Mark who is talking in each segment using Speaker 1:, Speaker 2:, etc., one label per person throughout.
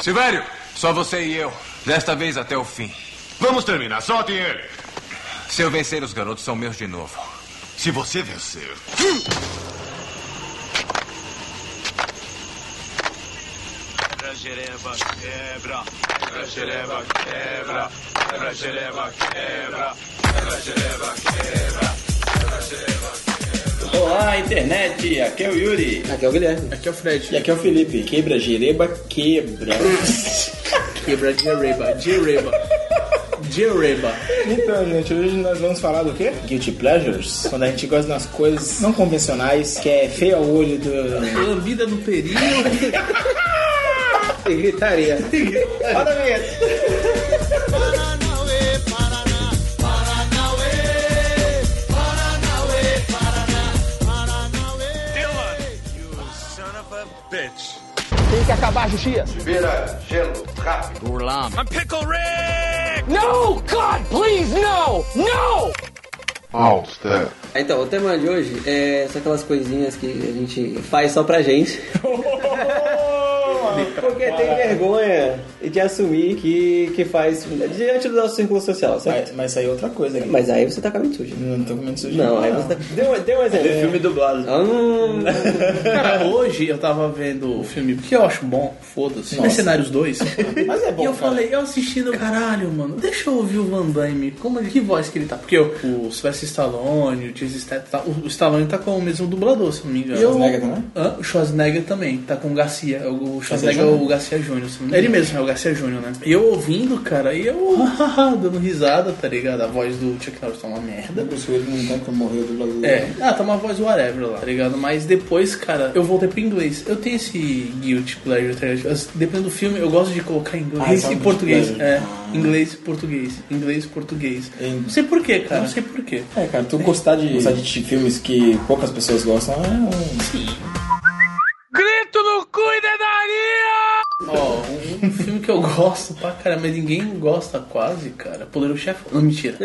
Speaker 1: Silvério, só você e eu. Desta vez até o fim.
Speaker 2: Vamos terminar, soltem ele.
Speaker 1: Se eu vencer, os garotos são meus de novo.
Speaker 2: Se você vencer.
Speaker 3: Quebra jereba, quebra. Quebra jereba, quebra. Quebra jereba, quebra. Quebra jereba, quebra.
Speaker 4: Olá, internet! Aqui é o Yuri.
Speaker 5: Aqui é o Guilherme.
Speaker 6: Aqui é o Fred.
Speaker 5: E aqui é o Felipe. Quebra, jereba, quebra.
Speaker 6: Quebra, jereba, jereba. Jereba.
Speaker 5: Então, gente, hoje nós vamos falar do quê? Guilty Pleasures. Quando a gente gosta das coisas não convencionais, que é feio ao olho do...
Speaker 6: Lambida no perinho.
Speaker 5: E gritaria. Olha a vinheta.
Speaker 3: Bitch.
Speaker 7: Tem que acabar a justiça.
Speaker 8: Vira gelo, rápido.
Speaker 7: Burlam.
Speaker 3: I'm Pickle Rick!
Speaker 7: No! God, please, no! No!
Speaker 8: Monster.
Speaker 9: Ah,
Speaker 5: Então, o tema de hoje é só aquelas coisinhas que a gente faz só pra gente. Porque tem vergonha de assumir que, que faz diante do nosso círculo social, certo?
Speaker 6: Mas, mas aí é outra coisa. Aqui.
Speaker 5: Mas aí você tá com a mente suja.
Speaker 6: Não tô com medo sujo.
Speaker 5: Não, aí você tá... Deu, deu um exemplo.
Speaker 4: É. filme dublado.
Speaker 5: Hum.
Speaker 6: Cara, hoje eu tava vendo o filme que eu acho bom, foda-se. Mercenários 2.
Speaker 5: Mas é bom,
Speaker 6: E eu
Speaker 5: cara.
Speaker 6: falei, eu assistindo, caralho, mano, deixa eu ouvir o Van Damme. Como, ele- que voz que ele tá? Porque eu, o Sylvester Stallone, o Jason Statham, tá- o o Stallone tá com o mesmo dublador, se não me engano. E eu-
Speaker 5: Schwarzenegger também?
Speaker 6: Hã? o Schwarzenegger também, tá com o Garcia. O o Schwarzenegger é
Speaker 5: Júnior?
Speaker 6: o Garcia Júnior. se não me engano. Ele mesmo é o Garcia Júnior, né? E eu ouvindo, cara, e eu dando risada, tá ligado? A voz do Chuck Norris tá uma merda.
Speaker 5: Bruce Willis não tem como morrer do Brasil.
Speaker 6: É. Ah, tá uma voz whatever lá, tá ligado? Mas depois, cara, eu voltei pro inglês. Eu tenho esse guilty pleasure, tá ligado? Eu- Dependendo do filme, eu gosto de colocar
Speaker 5: Ah,
Speaker 6: inglês
Speaker 5: esse é um
Speaker 6: e
Speaker 5: guilty
Speaker 6: português.
Speaker 5: pleasure.
Speaker 6: É, inglês e português. Inglês e português.
Speaker 5: Em-
Speaker 6: Não sei porquê, cara. Não sei porquê.
Speaker 5: É, cara, tu gostar de, gostar de t- filmes que poucas pessoas gostam é um...
Speaker 7: Grito no cu e dedaria!
Speaker 6: Ó, um filme que eu gosto pra caramba, mas ninguém gosta quase, cara. Poderoso Chefão. Não, mentira.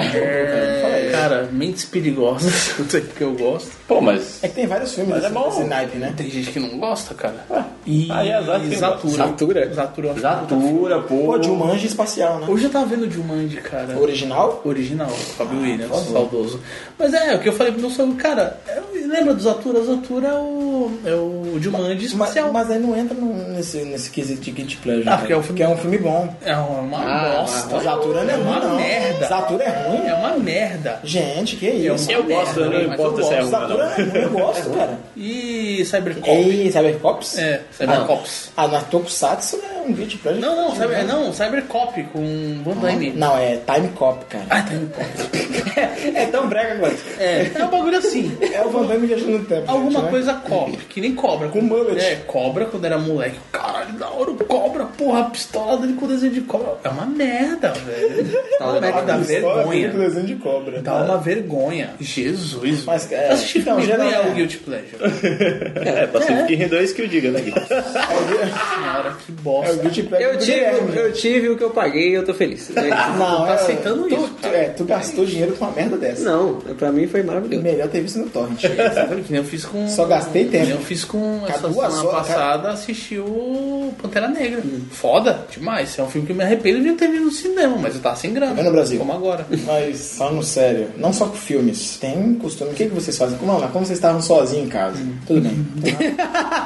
Speaker 6: É, cara, mentes perigosas. Eu sei que eu gosto.
Speaker 4: Pô, mas.
Speaker 5: É que tem vários filmes Mas
Speaker 4: é bom.
Speaker 5: desse naipe, né?
Speaker 6: Tem gente que não gosta, cara.
Speaker 5: É.
Speaker 6: E,
Speaker 4: ah, e a Zat-
Speaker 6: e Zatura.
Speaker 5: Zatura?
Speaker 6: Zatura. eu acho
Speaker 4: Exatura, pô.
Speaker 5: Pô, Jumanji espacial, né?
Speaker 6: Hoje eu tava vendo o Jumanji, cara.
Speaker 5: original? Ah,
Speaker 6: Original, Fabio Williams, saudoso. Mas é, o que eu falei pro meu sogro, cara, é- lembra do Zatura? Zatura é o, é o Jumanji
Speaker 5: Mas,
Speaker 6: especial.
Speaker 5: mas aí não entra no- nesse, nesse quesito de Guilty Pleasure.
Speaker 6: Ah,
Speaker 5: né?
Speaker 6: porque é um filme-
Speaker 5: bom.
Speaker 6: É uma
Speaker 4: Ah,
Speaker 6: bosta.
Speaker 5: Zatura não é ruim,
Speaker 6: uma
Speaker 5: não.
Speaker 6: merda.
Speaker 5: Zatura é ruim?
Speaker 6: É uma merda.
Speaker 5: Gente, que isso?
Speaker 4: Eu gosto, eu não
Speaker 6: Mas eu
Speaker 4: importa se é ruim. ou
Speaker 5: Zatura
Speaker 4: não.
Speaker 5: é ruim, eu gosto, cara.
Speaker 6: E Cybercop.
Speaker 5: Ei, Cybercops?
Speaker 6: É, Cybercops.
Speaker 5: Ah, na Tokusatsu é um Guilty Pleasure.
Speaker 6: Não, não, cyber, é, não, Cybercop com Van Damme.
Speaker 5: Não, é Time Cop, cara.
Speaker 6: Ah, tá.
Speaker 5: É
Speaker 6: então
Speaker 5: tão brega quanto.
Speaker 6: É, é um bagulho assim.
Speaker 5: É o Van Damme viajando no tempo.
Speaker 6: Alguma
Speaker 5: gente, né?
Speaker 6: coisa cobra, que nem cobra.
Speaker 5: Com mullet.
Speaker 6: É, cobra quando era moleque. Caralho, da hora o cobra, porra, a pistola dele com desenho de cobra. É uma merda, velho. Tá uma merda, dá
Speaker 5: História com
Speaker 6: vergonha.
Speaker 5: desenho de cobra.
Speaker 6: Dá uma Tá vergonha. Jesus.
Speaker 5: Mas, é,
Speaker 6: Assistir
Speaker 5: então,
Speaker 6: filme
Speaker 5: geral-
Speaker 6: ruim é o Guilty Pleasure.
Speaker 4: É, pra ser que rendeu isso que eu diga, né?
Speaker 6: Senhora, que
Speaker 5: É
Speaker 6: bosta.
Speaker 5: o Guilty Pleasure
Speaker 9: Eu
Speaker 5: do
Speaker 9: tive,
Speaker 5: Guilherme.
Speaker 9: eu tive o que eu paguei e eu tô feliz. É isso.
Speaker 5: Não,
Speaker 6: tá
Speaker 5: é-
Speaker 6: aceitando
Speaker 5: tu,
Speaker 6: isso,
Speaker 5: tu-
Speaker 6: cara.
Speaker 5: é, tu gastou dinheiro com uma merda dessa. É
Speaker 9: Não, pra mim foi maravilhoso.
Speaker 5: Melhor ter visto no torrent.
Speaker 6: Que nem eu fiz com.
Speaker 5: Só gastei tempo.
Speaker 6: que nem Eu fiz com.
Speaker 5: Cara,
Speaker 6: Essa
Speaker 5: duas
Speaker 6: semana
Speaker 5: horas, cara.
Speaker 6: passada assisti o Pantera Negra.
Speaker 5: Hum.
Speaker 6: Foda demais. É um filme que eu me arrependo de não ter visto no cinema, mas eu tava sem grana.
Speaker 5: Vem no Brasil.
Speaker 6: Como agora.
Speaker 5: Mas, falando sério, não só com filmes, tem costume. O que, que vocês fazem? Como, não, como vocês estavam sozinhos em casa? Tudo bem.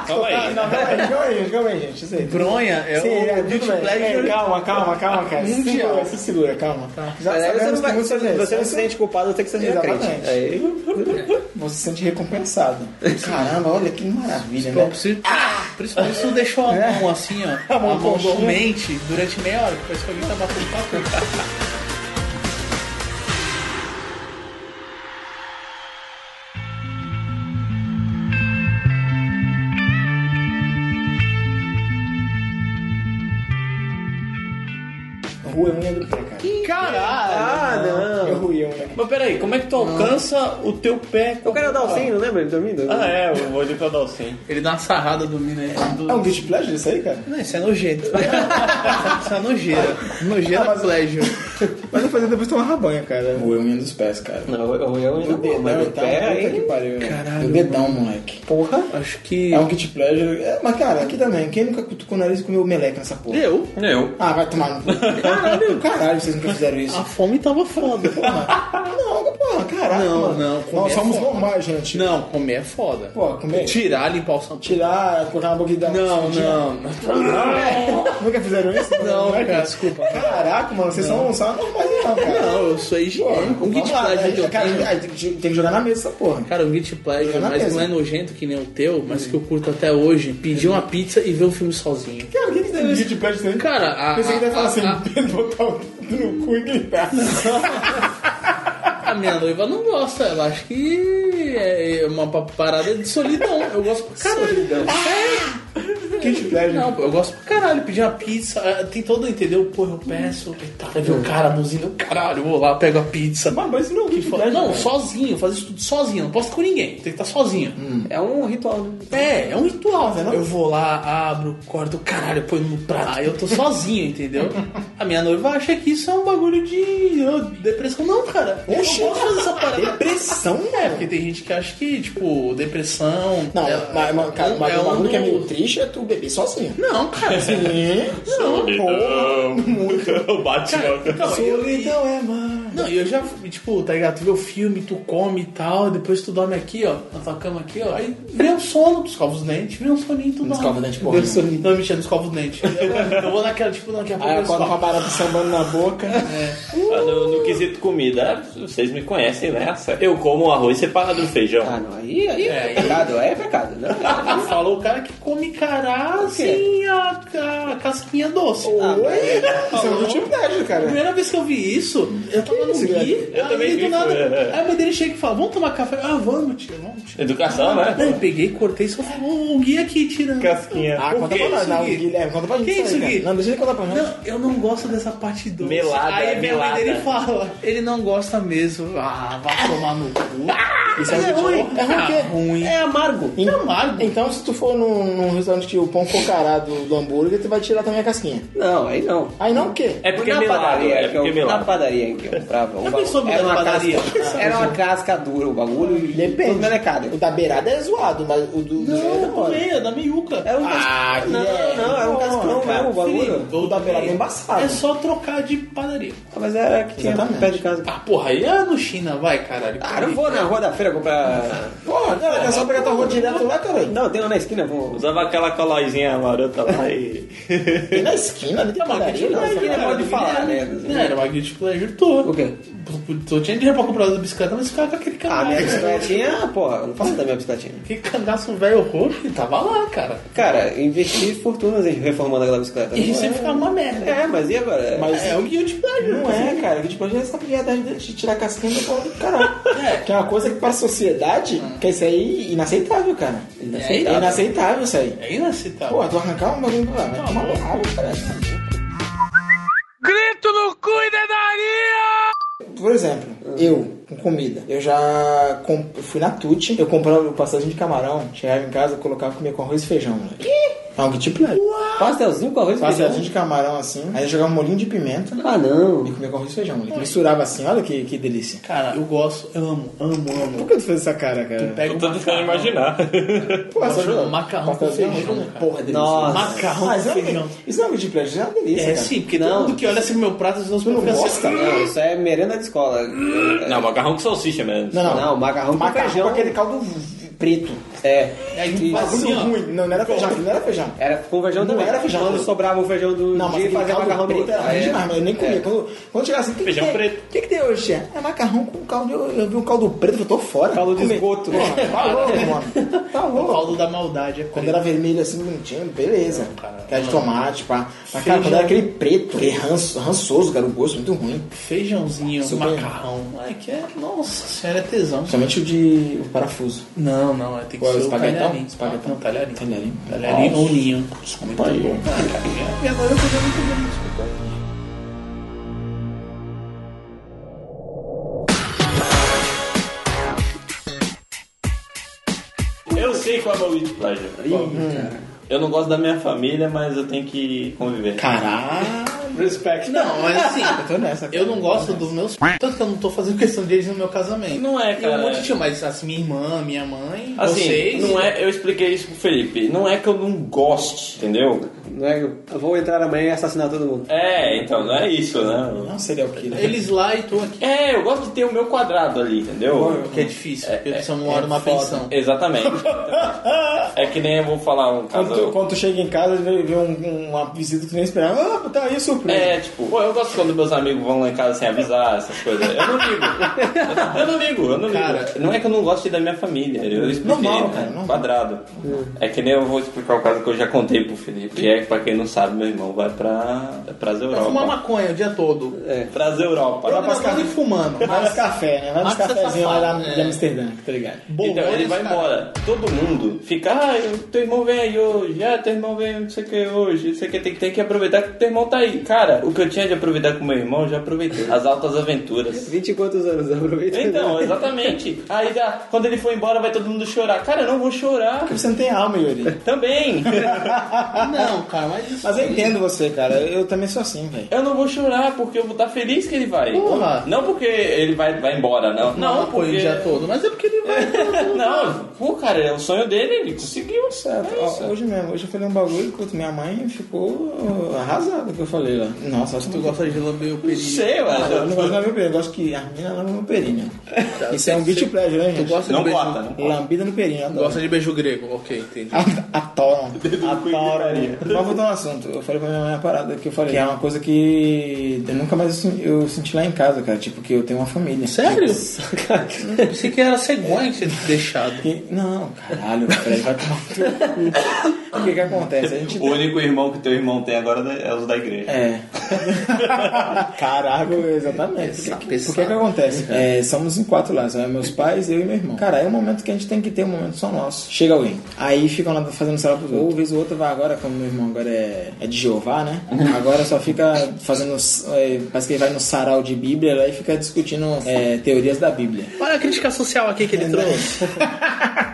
Speaker 4: Calma aí.
Speaker 5: Não, Hum. calma aí, né? calma aí, calma aí, gente. Isso aí.
Speaker 6: Bronha é
Speaker 5: Sim,
Speaker 6: o
Speaker 5: é, tudo
Speaker 6: Guilty
Speaker 5: bem.
Speaker 6: Pleasure.
Speaker 5: É, calma, calma, calma, cara. Se
Speaker 6: Mundial.
Speaker 5: segura, se segura, calma. Já
Speaker 9: Mas aí você
Speaker 5: sabemos
Speaker 9: não, vai,
Speaker 5: que muitas
Speaker 9: você,
Speaker 5: vezes- é assim.
Speaker 9: você não se sente culpado até que você seja crente.
Speaker 5: Exatamente.
Speaker 9: Aí,
Speaker 5: Você se sente recompensado. Caramba, olha que maravilha,
Speaker 6: Pô,
Speaker 5: né?
Speaker 6: preciso- Principalmente se não deixou a mão assim, ó. A
Speaker 5: É. mão
Speaker 6: mão,
Speaker 5: coxinha.
Speaker 6: dormente durante meia hora, que parece que alguém tá batendo papo.
Speaker 5: rua a unha do pé, cara.
Speaker 9: Ah, não.
Speaker 5: Eu ruí a unha.
Speaker 4: Mas peraí, como é que tu alcança o teu pé?
Speaker 9: O cara é o Dalcin, não lembra? Ele dormindo?
Speaker 4: Ah, é, eu vou olhar pra dar o sim.
Speaker 6: Ele dá uma sarrada do mina aí.
Speaker 5: É um
Speaker 6: Do...
Speaker 5: guilty pleasure isso aí, cara?
Speaker 6: Não, isso é nojento. isso é nojeira. Nojeira pleasure.
Speaker 5: Mas eu fazia depois tomar rabanha, cara. Ruí a unha dos pés, cara.
Speaker 9: Não, eu ruim é o do dedo, mas
Speaker 5: Não,
Speaker 9: do
Speaker 5: tá,
Speaker 9: pé,
Speaker 5: puta
Speaker 9: hein?
Speaker 5: que pariu.
Speaker 6: Caralho,
Speaker 5: Do dedão, moleque.
Speaker 9: Porra.
Speaker 6: Acho que.
Speaker 5: É um guilty pleasure. É, mas, cara, aqui também. Quem nunca cutucou o nariz e comeu meleca nessa porra?
Speaker 6: Eu?
Speaker 4: Eu.
Speaker 5: Ah, vai tomar no cu. Caralho, caralho, vocês nunca fizeram isso.
Speaker 6: A fome tava foda.
Speaker 5: Não, porra, caralho.
Speaker 6: Não,
Speaker 5: mano.
Speaker 6: não, comer
Speaker 5: Nós
Speaker 6: é
Speaker 5: somos
Speaker 6: foda.
Speaker 5: normais, gente.
Speaker 6: Não, comer é foda.
Speaker 5: Pô, comer.
Speaker 6: Tirar, limpar o sapato.
Speaker 5: Tirar, colocar na boca e dar uma
Speaker 6: Não,
Speaker 5: sujinha.
Speaker 6: não.
Speaker 5: é. Nunca fizeram isso?
Speaker 6: Não,
Speaker 5: Moleque?
Speaker 6: cara, desculpa.
Speaker 5: Caraca, mano, vocês são, são normais, não, cara.
Speaker 6: Não, eu sou higiênico. Um guilty pleasure que eu tenho.
Speaker 5: né? Cara, tem que- tem que jogar na mesa essa porra.
Speaker 6: Cara, um guilty pleasure,
Speaker 5: na
Speaker 6: mas
Speaker 5: mesa.
Speaker 6: não é Hum. nojento que nem o teu, mas que eu curto até hoje. Pedir uma pizza e ver um filme sozinho.
Speaker 5: Cara, o que que tem vídeo de plant aí?
Speaker 6: Cara, a-
Speaker 5: Pensei que ele ia falar
Speaker 6: a-
Speaker 5: assim,
Speaker 6: a-
Speaker 5: botar o dedo no cu e gritar.
Speaker 6: A minha noiva não gosta, ela acha que é uma pa- parada de solidão. Eu gosto pra caralho.
Speaker 5: Kid Pleasure.
Speaker 6: Não, pô, eu gosto pra caralho. Pedir uma pizza, eh, tem todo, entendeu? Pô, eu peço, e tá, vai ver o cara buzindo, caralho, eu vou lá, pego a pizza.
Speaker 5: Mano, mas isso não é um Kid Pleasure.
Speaker 6: Não,
Speaker 5: cara.
Speaker 6: sozinho, fazer isso tudo sozinho, não posso com ninguém, tem que estar sozinho.
Speaker 9: É um ritual, né?
Speaker 6: É, é um ritual,
Speaker 5: Não é não?
Speaker 6: Hum. Eu vou lá, abro, corto, caralho, ponho no prato. Aí eu tô sozinho, entendeu? A minha noiva acha que isso é um bagulho de ô, depressão. Não, cara.
Speaker 5: Oxi.
Speaker 6: eu não posso fazer essa parada.
Speaker 5: Depressão,
Speaker 6: É,
Speaker 5: velho.
Speaker 6: porque tem gente que acha que, tipo, depressão.
Speaker 5: Não,
Speaker 6: é,
Speaker 5: mas, mas, cara,
Speaker 6: um-
Speaker 5: mas
Speaker 6: é
Speaker 5: o
Speaker 6: um
Speaker 5: bagulho que é
Speaker 6: do- É.
Speaker 5: meio triste é tu beber sozinho.
Speaker 6: Não, cara.
Speaker 5: Não, porra.
Speaker 4: Eu bate
Speaker 6: cara
Speaker 4: logo.
Speaker 6: então, eu,
Speaker 5: Solidão é, mano.
Speaker 6: não, e eu já, tipo, tá ligado? Tu vê o filme, tu come e tal, depois tu dorme aqui, ó, na tua cama aqui, ó. Aí vem o sono, tu escova os dentes, vem um soninho, tu dorme.
Speaker 5: escova o dente, porra.
Speaker 6: Vem um soninho. Não, mentira, não escova os dentes. Eu, eu vou naquela, tipo, naquela
Speaker 5: Aí
Speaker 9: Ah,
Speaker 6: eu
Speaker 5: acorda
Speaker 6: escovo.
Speaker 5: Tá com a barata sambando na boca.
Speaker 4: Ah, No, no quesito comida, vocês me conhecem nessa. Eu como arroz separado do feijão.
Speaker 9: Ah, não. Aí, aí é,
Speaker 6: É,
Speaker 9: pecado, aí é pecado, né?
Speaker 6: Falou o cara que come cará sem a, a casquinha doce.
Speaker 9: Ah,
Speaker 5: Oi? Isso é um Kid Pleasure,
Speaker 6: A
Speaker 5: cara.
Speaker 6: primeira vez que eu vi isso, eu tava no
Speaker 5: isso,
Speaker 6: Gui,
Speaker 5: cara?
Speaker 6: aí
Speaker 4: Eu também
Speaker 6: do
Speaker 4: vi,
Speaker 6: nada,
Speaker 4: foi, é.
Speaker 6: aí a mãe dele chega e fala, vamos tomar café? Ah, vamos, tia, vamos, tia.
Speaker 4: Educação,
Speaker 6: Não,
Speaker 4: né?
Speaker 6: eu peguei, cortei, só falei, ô, o Gui aqui tirando.
Speaker 4: Casquinha.
Speaker 5: Ah, conta pra nós,
Speaker 6: é isso,
Speaker 5: não,
Speaker 6: Gui?
Speaker 5: Guilherme, é, conta pra gente.
Speaker 6: Que isso,
Speaker 5: aí, cara.
Speaker 6: Gui?
Speaker 5: Não, deixa ele contar pra nós.
Speaker 6: Não, eu não gosto dessa parte doce.
Speaker 4: Melada,
Speaker 6: aí minha mãe
Speaker 4: melada.
Speaker 6: dele fala, ele não gosta mesmo. Ah, vai tomar no cu.
Speaker 5: Isso é um vídeo bom. É ruim o quê?
Speaker 6: É ruim. É amargo. É amargo.
Speaker 5: Então, se tu for num, num restaurante que o pão for carado do hambúrguer, tu vai tirar também a casquinha.
Speaker 9: Não, aí não.
Speaker 5: Aí não o quê?
Speaker 4: É porque é
Speaker 9: na
Speaker 4: melado.
Speaker 9: padaria,
Speaker 4: É
Speaker 9: que
Speaker 4: porque é
Speaker 9: eu, na
Speaker 4: melado.
Speaker 9: padaria que eu comprava. o
Speaker 6: Já
Speaker 9: ba-
Speaker 6: pensou me
Speaker 9: era
Speaker 6: dar
Speaker 9: uma
Speaker 6: na padaria?
Speaker 9: Casca, era uma casca dura o bagulho. e Tudo melecado.
Speaker 5: O da beirada é zoado, mas o do. do
Speaker 6: Não,
Speaker 5: jeito é
Speaker 6: eu
Speaker 5: mole.
Speaker 6: também, é da meiuca.
Speaker 9: Era um
Speaker 5: Ah,
Speaker 9: cascão. Não,
Speaker 5: Guilherme,
Speaker 9: não, era um cascão mesmo o bagulho.
Speaker 5: O da beirada é embaçado.
Speaker 6: É só trocar de padaria.
Speaker 9: Ah, Mas era que tinha
Speaker 5: Exatamente.
Speaker 9: perto de casa.
Speaker 6: Ah, porra, aí é no China, vai, caralho.
Speaker 9: Ah, não vou na rua da feira comprar.
Speaker 5: Porra, cara, é só pegar tua rua direto lá, caralho.
Speaker 9: Não, tem lá na esquina, vou.
Speaker 4: Usava aquela colaizinha marota lá e.
Speaker 5: Tem na esquina, ali tem
Speaker 6: É uma
Speaker 5: padaria,
Speaker 6: guilty
Speaker 5: não.
Speaker 9: Mas
Speaker 6: pleasure.
Speaker 9: ele pode
Speaker 6: né?
Speaker 9: falar, né?
Speaker 6: Não, era uma guilty pleasure tua.
Speaker 9: O quê?
Speaker 6: Eu tinha dinheiro pra comprar uma bicicleta, mas ficava com aquele
Speaker 9: Ah, minha
Speaker 6: cangaço.
Speaker 9: bicicletinha, porra, eu não faço da minha bicicletinha.
Speaker 6: Aquele cangaço velho roxo que tava lá, cara.
Speaker 9: Cara, eu investi fortunas em reformando aquela bicicleta.
Speaker 6: E
Speaker 9: Não
Speaker 6: você
Speaker 9: é?
Speaker 6: ficava uma merda.
Speaker 9: É, mas e agora?
Speaker 5: Mas
Speaker 6: É um guilty pleasure.
Speaker 5: não é, cara. Que tipo, já essa piada de tirar a casquinha do pão do caralho. Que é uma coisa que pra sociedade, que isso aí é inaceitável, cara.
Speaker 6: Inaceitável.
Speaker 5: É inaceitável isso aí.
Speaker 6: É inaceitável.
Speaker 5: Porra, tu arrancar um bagulho pra lá, vai tomar
Speaker 6: louco.
Speaker 5: porrada, cara.
Speaker 7: Grito no cu e dedaria!
Speaker 5: Por exemplo, eu, com comida, eu já com- eu fui na Tucci, eu comprava passagem de camarão, chegava em casa, colocava, comia com arroz e feijão, moleque. Que? Não, que tipo é?
Speaker 9: Pastelzinho com arroz e
Speaker 5: Pastelzinho
Speaker 9: feijão.
Speaker 5: de camarão assim, aí eu jogava um molhinho de pimenta
Speaker 9: Ah, não.
Speaker 5: e comia com arroz e feijão, moleque. Misturava assim, olha que, que delícia.
Speaker 6: Cara, eu gosto, eu amo, amo, amo.
Speaker 5: Por que tu fez essa cara, cara?
Speaker 6: Pega
Speaker 4: Eu
Speaker 6: um
Speaker 4: tô né? tentando imaginar.
Speaker 5: Pô,
Speaker 6: Nossa,
Speaker 5: você jogou
Speaker 6: macarrão com
Speaker 5: pastelzinho,
Speaker 6: feijão,
Speaker 5: arroz,
Speaker 6: cara.
Speaker 5: Porra, delícia.
Speaker 9: Nossa.
Speaker 6: macarrão
Speaker 5: Mas
Speaker 6: com
Speaker 5: é um-
Speaker 6: feijão.
Speaker 5: Isso não é um guilty pleasure, isso é uma delícia,
Speaker 6: É
Speaker 5: cara.
Speaker 6: sim, porque todo mundo que olha assim pro meu prato, os meus
Speaker 5: Tu não
Speaker 6: assim,
Speaker 5: gosta?
Speaker 9: Não, isso é merenda de escola. É,
Speaker 4: Não, macarrão com salsicha mesmo.
Speaker 5: Não, não.
Speaker 9: Não, macarrão com
Speaker 5: macarrão
Speaker 9: feijão.
Speaker 5: com aquele caldo v- preto.
Speaker 9: É.
Speaker 6: aí
Speaker 9: Isso.
Speaker 6: faz- Assim,
Speaker 5: Bagulho
Speaker 6: ó.
Speaker 5: ruim. Não, não era feijão, aquilo não era feijão.
Speaker 9: Era com feijão
Speaker 5: Não
Speaker 9: também.
Speaker 5: era feijão.
Speaker 9: Quando sobrava o feijão do
Speaker 5: Não, mas
Speaker 9: dia,
Speaker 5: aquele
Speaker 9: fazia macarrão
Speaker 5: caldo
Speaker 9: do
Speaker 5: preto era ruim
Speaker 9: É.
Speaker 5: demais, mas eu nem comia. Quando, quando chegava assim, que
Speaker 4: Feijão
Speaker 5: que tem?
Speaker 4: preto.
Speaker 5: O que, que tem hoje, tia? É macarrão com caldo. Eu, eu vi um caldo preto, eu tô fora.
Speaker 9: Caldo de
Speaker 5: Comi.
Speaker 9: esgoto.
Speaker 5: Porra, Tá louco, mano. Tá
Speaker 6: O
Speaker 5: louco.
Speaker 6: caldo da maldade é
Speaker 5: Quando era vermelho assim, bonitinho, beleza.
Speaker 6: cara,
Speaker 5: Cara de tomate, pá. Mas, cara, quando
Speaker 6: Feijão.
Speaker 5: era aquele preto, aquele ranço, rançoso, cara, o gosto muito ruim.
Speaker 6: feijãozinho,
Speaker 5: Super.
Speaker 6: macarrão. Ai, que é. Nossa senhora, é tesão.
Speaker 5: Somente o de o parafuso.
Speaker 6: Não, não, é tem que
Speaker 5: Qual é,
Speaker 6: ser o
Speaker 5: espaguetão?
Speaker 6: talharim.
Speaker 5: Espaguetão.
Speaker 6: Não, talharinho.
Speaker 5: Talharinho.
Speaker 6: Talharinho ou ninho.
Speaker 5: Pai,
Speaker 6: Ah, cara, minha- minha noiva fazia muito bem isso, cara.
Speaker 4: sei qual é o meu vídeo pleasure. Eu não gosto da minha família, mas eu tenho que conviver.
Speaker 5: Caralho.
Speaker 4: Respect.
Speaker 6: Não, mas assim,
Speaker 5: Eu tô nessa. cara.
Speaker 6: eu não gosto dos meus p... Tanto que eu não tô fazendo questão deles no meu casamento.
Speaker 4: Não é,
Speaker 6: Tem um
Speaker 4: cara.
Speaker 6: monte de tio, mas assim, minha irmã, minha mãe,
Speaker 4: Assim,
Speaker 6: vocês.
Speaker 4: não é, eu expliquei isso pro Felipe. Não é que eu não goste, entendeu?
Speaker 9: Não é, eu vou entrar amanhã e assassinar todo mundo.
Speaker 4: É, então, não é isso, né?
Speaker 5: Não seria o killer.
Speaker 6: Eles lá e tu aqui.
Speaker 4: É, eu gosto de ter o meu quadrado ali, entendeu?
Speaker 6: Que é difícil, porque eles são
Speaker 5: é
Speaker 6: moram numa
Speaker 5: foda.
Speaker 6: pensão.
Speaker 4: Exatamente. É que nem eu vou falar um caso.
Speaker 5: Quando, tu- quando tu chega em casa e vê, vê um- uma visita que tu nem esperava, ah, tá aí surpresa.
Speaker 4: É, tipo, pô, eu gosto quando meus amigos vão lá em casa sem avisar, essas coisas. Eu não ligo. Eu não ligo, eu não ligo.
Speaker 6: Cara.
Speaker 4: não é que eu não gosto da minha família, eu expliquei,
Speaker 5: Normal,
Speaker 4: né?
Speaker 5: cara, normal.
Speaker 4: Quadrado. É que nem eu vou explicar o caso que eu já contei pro Felipe, que é que pra quem não sabe, meu irmão vai pra, pras
Speaker 6: Vai fumar
Speaker 4: Europa.
Speaker 6: maconha o dia todo.
Speaker 4: Pras Europa.
Speaker 6: Vai pra casa e fumando.
Speaker 5: Vai nos café, né? Vai nos
Speaker 6: Nossa,
Speaker 5: cafezinhos lá
Speaker 6: safado,
Speaker 5: da-
Speaker 6: né?
Speaker 5: de Amsterdã, tá ligado?
Speaker 6: Bolonha,
Speaker 4: então ele vai
Speaker 6: cara.
Speaker 4: embora. Todo mundo fica, ah, eu- teu irmão vem aí hoje, ah, teu irmão vem não sei o que hoje, não sei o que, tem, tem que aproveitar que teu irmão tá aí. Cara, o que eu tinha de aproveitar com meu irmão, eu já aproveitei. As altas aventuras.
Speaker 9: 20 e quantos anos? Aproveita.
Speaker 4: Então, exatamente. Aí dá- quando ele for embora, vai todo mundo chorar. Cara, eu não vou chorar
Speaker 5: Porque você não tem alma, Yuri.
Speaker 4: também.
Speaker 6: Não, cara, mas isso.
Speaker 5: Mas eu entendo você, cara. Eu também sou assim, velho.
Speaker 4: Eu não vou chorar porque eu vou estar feliz que ele vai.
Speaker 6: Porra.
Speaker 4: Não porque ele vai, vai embora, não.
Speaker 6: Não, pô,
Speaker 4: porque...
Speaker 6: o dia todo. Mas é porque ele vai.
Speaker 4: Não, pô, cara, é o sonho dele, ele conseguiu, certo?
Speaker 5: Ó, hoje mesmo, hoje eu falei um bagulho que minha mãe ficou arrasada que eu falei lá. Nossa, acho que
Speaker 6: Tu
Speaker 5: tu
Speaker 6: gosta de lamber o
Speaker 4: Não
Speaker 6: perigo.
Speaker 4: sei,
Speaker 5: Ah, Eu não
Speaker 4: mano.
Speaker 5: gosto de lamber o perinho, eu gosto que a menina lambe meu perinho. Isso é um beat pleasure, né,
Speaker 6: Tu
Speaker 5: gente?
Speaker 6: gosta
Speaker 4: Não
Speaker 6: de um beijo.
Speaker 4: bota, não bota.
Speaker 5: Lambida no perinho, eu
Speaker 6: Tu
Speaker 5: adoro.
Speaker 6: gosta de beijo grego, ok, entendi.
Speaker 5: Atoram.
Speaker 4: cu de
Speaker 5: Atoram.
Speaker 4: farinha.
Speaker 5: Mas voltar um assunto. Eu falei pra minha mãe uma parada que eu falei. Que é uma coisa que eu nunca mais senti- eu senti lá em casa, cara. Tipo, que eu tenho uma família.
Speaker 6: Sério? Hum, Eu pensei que era cegonha que tinha deixado.
Speaker 5: Que- não, caralho, peraí, vai tomar no teu- O que que acontece? A gente.
Speaker 4: O único irmão que teu irmão tem agora é os da igreja.
Speaker 5: É. Caraca, exatamente.
Speaker 6: Pesado,
Speaker 5: Por que-
Speaker 6: pesado.
Speaker 5: Por que que acontece? cara? É, somos em quatro lá, são meus pais, eu e meu irmão. Cara, é um momento que a gente tem que ter um momento só nosso. Chega alguém. Aí ficam lá fazendo sala pros outros. Ou vez o outro vai agora, como meu irmão agora é, é de Jeová, né? Agora só fica fazendo. é, parece que ele vai no sarau de Bíblia lá e fica discutindo é, teorias da Bíblia.
Speaker 6: Olha a crítica social aqui que ele trouxe.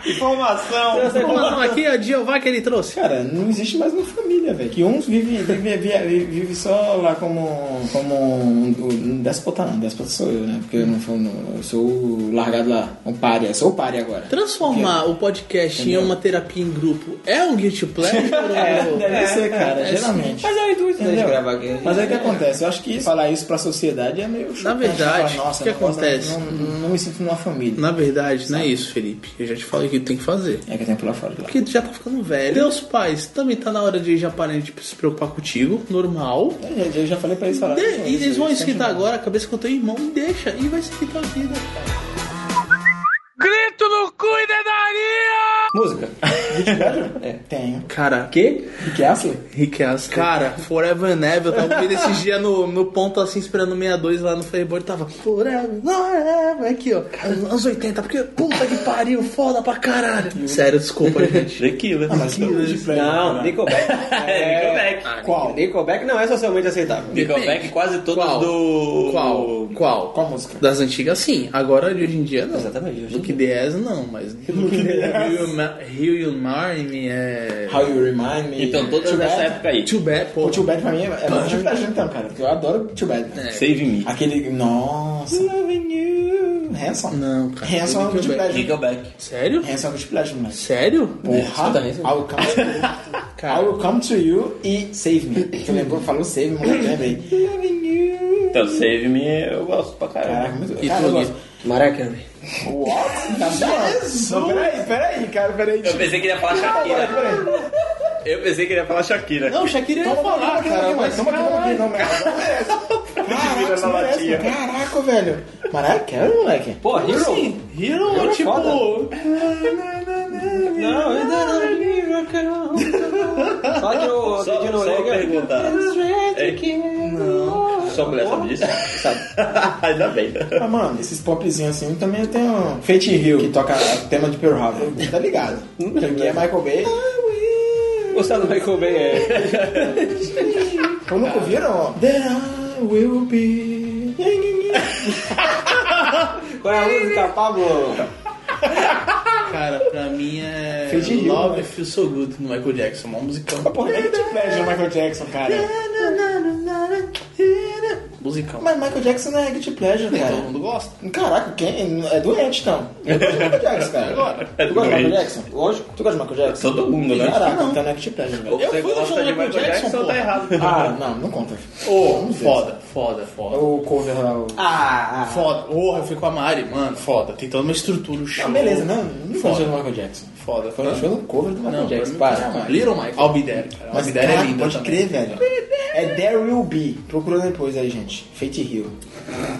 Speaker 4: Informação!
Speaker 6: Essa informação aqui é a Jeová que ele trouxe.
Speaker 5: Cara, não existe mais uma família, velho. Que uns vive, vive, vive, vive só lá como. como um, um déspota não, déspota sou eu, né? Porque eu não sou, não- eu sou o largado lá. Um pária, sou o pária agora.
Speaker 6: Transformar o podcast em uma terapia em grupo é um guilty pleasure? ou-
Speaker 5: É, Deve ser, cara, geralmente.
Speaker 9: Mas é
Speaker 4: então,
Speaker 9: a indústria
Speaker 5: Entendeu?
Speaker 9: de gravar aqui.
Speaker 5: Mas aí o que acontece? Eu acho que isso- falar isso pra sociedade é meio chocante.
Speaker 6: verdade,
Speaker 5: Falar, Nossa,
Speaker 6: o que
Speaker 5: eu não gosto,
Speaker 6: acontece?
Speaker 5: Não, não- não me sinto numa família.
Speaker 6: Na verdade, não é isso, Felipe. Eu já te falei que tem que fazer.
Speaker 5: É que eu tenho que pular fora de lá.
Speaker 6: Porque tu já tá ficando velho. Teus pais também tá na hora de já pararem de se preocupar contigo, normal.
Speaker 5: Eu já- Eu já falei pra eles falar.
Speaker 6: De-
Speaker 5: "Não,
Speaker 6: e eles
Speaker 5: isso-
Speaker 6: vão
Speaker 5: isso é
Speaker 6: esquentar
Speaker 5: demais."
Speaker 6: agora a cabeça com o teu irmão e deixa. E vai seguir tua vida.
Speaker 7: Grito no cu e dedaria!
Speaker 9: Música.
Speaker 5: Tenho.
Speaker 6: Cara,
Speaker 9: Que?
Speaker 5: E que é assim?
Speaker 6: Rick Astley. Cara, Forever and Ever, eu tava ouvindo esses dias no, no ponto assim, esperando o 62 lá no Freeboard, tava Forever, Forever, é, aqui ó, cara, nos anos 80, porque puta que pariu, foda pra caralho. Sério, desculpa, gente.
Speaker 4: Tequila.
Speaker 5: Ah,
Speaker 9: Não, Nickelback. É,
Speaker 4: Nickelback.
Speaker 5: Qual?
Speaker 9: Nickelback não é socialmente aceitável.
Speaker 4: Nickelback quase todos
Speaker 6: Qual?
Speaker 4: do...
Speaker 6: Qual? Qual?
Speaker 5: Qual música?
Speaker 6: Das antigas, sim. Agora, de hoje em dia, não.
Speaker 9: Exatamente, hoje em
Speaker 6: Look Diaz, não, mas... Look Hill You Marry Me é...
Speaker 5: How You Remind Me.
Speaker 4: Então, todos
Speaker 5: Too
Speaker 4: nessa
Speaker 5: Bad.
Speaker 4: época aí.
Speaker 6: Too Bad, pô.
Speaker 5: O Too Bad pra mim é, é muito verdade, então, cara. Porque eu adoro Too Bad.
Speaker 6: É.
Speaker 3: É.
Speaker 4: Save Me.
Speaker 5: Aquele. Nossa. Loving you. Hanson.
Speaker 6: Não, cara.
Speaker 5: Hanson é um
Speaker 6: Too
Speaker 5: good
Speaker 6: Bad.
Speaker 5: pleasure.
Speaker 4: Nickelback.
Speaker 6: Sério?
Speaker 5: Hanson é um good pleasure, moleque.
Speaker 6: Sério?
Speaker 5: Porra.
Speaker 9: escuta Hanson.
Speaker 5: I will come to you. I
Speaker 6: Cara,
Speaker 5: will come to you e save me. É Você lembrou? Falou save, moleque. Lembrei. Loving you.
Speaker 4: Então, Save Me eu gosto pra
Speaker 5: Caraca,
Speaker 4: caralho.
Speaker 5: muito.
Speaker 6: E
Speaker 5: Cara, eu
Speaker 6: tu,
Speaker 5: gosto.
Speaker 9: Mariah Carey.
Speaker 5: What? Tá zoando. Não, Peraí, peraí, cara, peraí.
Speaker 4: Eu pensei que ele ia falar Shakira.
Speaker 5: Peraí.
Speaker 4: Eu pensei que ele ia falar Shakira.
Speaker 6: Não, Shakira ia falar, cara, mas...
Speaker 5: Toma aqui, toma aqui, não, merda. Não merece. Caraca, isso não é merece. Caraca, velho. Mariah Carey, moleque. assim?
Speaker 9: Pô, Hero.
Speaker 6: Hero,
Speaker 9: Hero é
Speaker 6: tipo...
Speaker 9: foda. Não, eu Só que o
Speaker 4: Só,
Speaker 9: Didi
Speaker 4: só
Speaker 9: Noriega-
Speaker 4: perguntar. É que... Não. Sua mulher sabe disso? Ainda bem.
Speaker 5: Ah, mano, esses popzinhos assim também tem um Fate Hill, que toca o tema de Pearl Harbor. Tá ligado? Que é Michael Bay.
Speaker 9: Gostar do Michael Bay é.
Speaker 5: Eu nunca ouviram? There I will be.
Speaker 9: Qual é a música, Pablo?
Speaker 6: Cara, pra mim é.
Speaker 5: Fez de rio,
Speaker 6: Love
Speaker 5: né?
Speaker 6: Feel So Good do Michael Jackson, uma musicão.
Speaker 5: Porra, é que te pleasure o Michael Jackson, cara.
Speaker 6: Musicão.
Speaker 5: Mas Michael Jackson não é guilty pleasure,
Speaker 6: Nem
Speaker 5: cara.
Speaker 6: todo mundo gosta.
Speaker 5: Caraca, quem? É doente, então. Eu gosto de Michael Jackson, cara.
Speaker 6: Agora. é
Speaker 5: Tu gosta de Michael Jackson? Lógico. Tu gosta de Michael Jackson?
Speaker 4: Todo mundo, né?
Speaker 5: Caraca, então não é guilty pleasure, velho.
Speaker 6: Eu fui no show do Michael Jackson,
Speaker 3: Jackson
Speaker 6: pô.
Speaker 3: tá errado.
Speaker 5: Ah, não, não conta.
Speaker 6: Ô, foda, foda, foda.
Speaker 5: O cover lá, o...
Speaker 6: Ah, foda. Porra, eu fui com a Mari, mano, foda. Tem toda uma estrutura, o show.
Speaker 5: Não, beleza, não. Não foi
Speaker 6: Foda.
Speaker 5: no show do é Michael Jackson.
Speaker 6: Foda.
Speaker 5: Foi no show do cover do Michael
Speaker 6: Não,
Speaker 5: Jackson.
Speaker 6: pra mim,
Speaker 5: Para,
Speaker 6: não,
Speaker 5: para.
Speaker 6: Little Michael. Albidere, cara.
Speaker 5: Mas
Speaker 6: Albidere é
Speaker 5: cara,
Speaker 6: linda
Speaker 5: pode
Speaker 6: também.
Speaker 5: crer, velho. É There Will Be. Procura depois aí, gente. Fate Hill.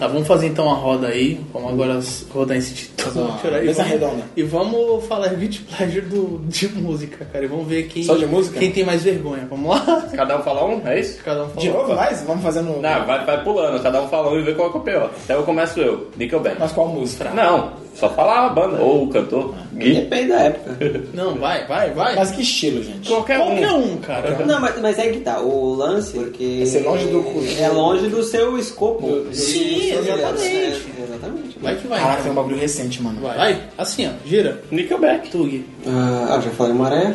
Speaker 6: Tá, vamos fazer então uma roda aí. Vamos agora s- rodar esse
Speaker 5: Fazer
Speaker 6: título.
Speaker 5: uma
Speaker 6: Peraí,
Speaker 5: mesa
Speaker 6: vamos-
Speaker 5: redonda.
Speaker 6: E vamos falar Guilty Pleasure do, de música, cara. E vamos ver quem...
Speaker 5: Só de música?
Speaker 6: Quem tem mais vergonha. Vamos lá?
Speaker 3: Cada um fala um, é isso?
Speaker 6: Cada um fala.
Speaker 5: De novo, mais? Vamos fazer no...
Speaker 3: Não, vai, vai pulando, cada um fala um e vê qual é, que é o pior. Então eu começo eu, Nickelback.
Speaker 5: Mas qual música?
Speaker 3: Não, só falar a banda ou o cantor. Gui.
Speaker 9: Depende da época.
Speaker 6: Não, vai, vai, vai.
Speaker 5: Mas que estilo, gente?
Speaker 3: Qualquer,
Speaker 6: Qualquer
Speaker 3: um.
Speaker 6: um, cara.
Speaker 9: Não, mas, mas é que tá. O lance, porque.
Speaker 5: É ser longe do cu.
Speaker 9: É longe do seu escopo.
Speaker 6: Sim,
Speaker 9: Do seu
Speaker 6: exatamente.
Speaker 9: universo, né? exatamente.
Speaker 6: Vai que vai.
Speaker 5: Caraca,
Speaker 6: Vai.
Speaker 5: tem um bagulho recente, mano.
Speaker 6: vai. Assim, ó. Gira.
Speaker 3: Nickelback.
Speaker 6: Tug.
Speaker 9: Ah, ah, já falei maré.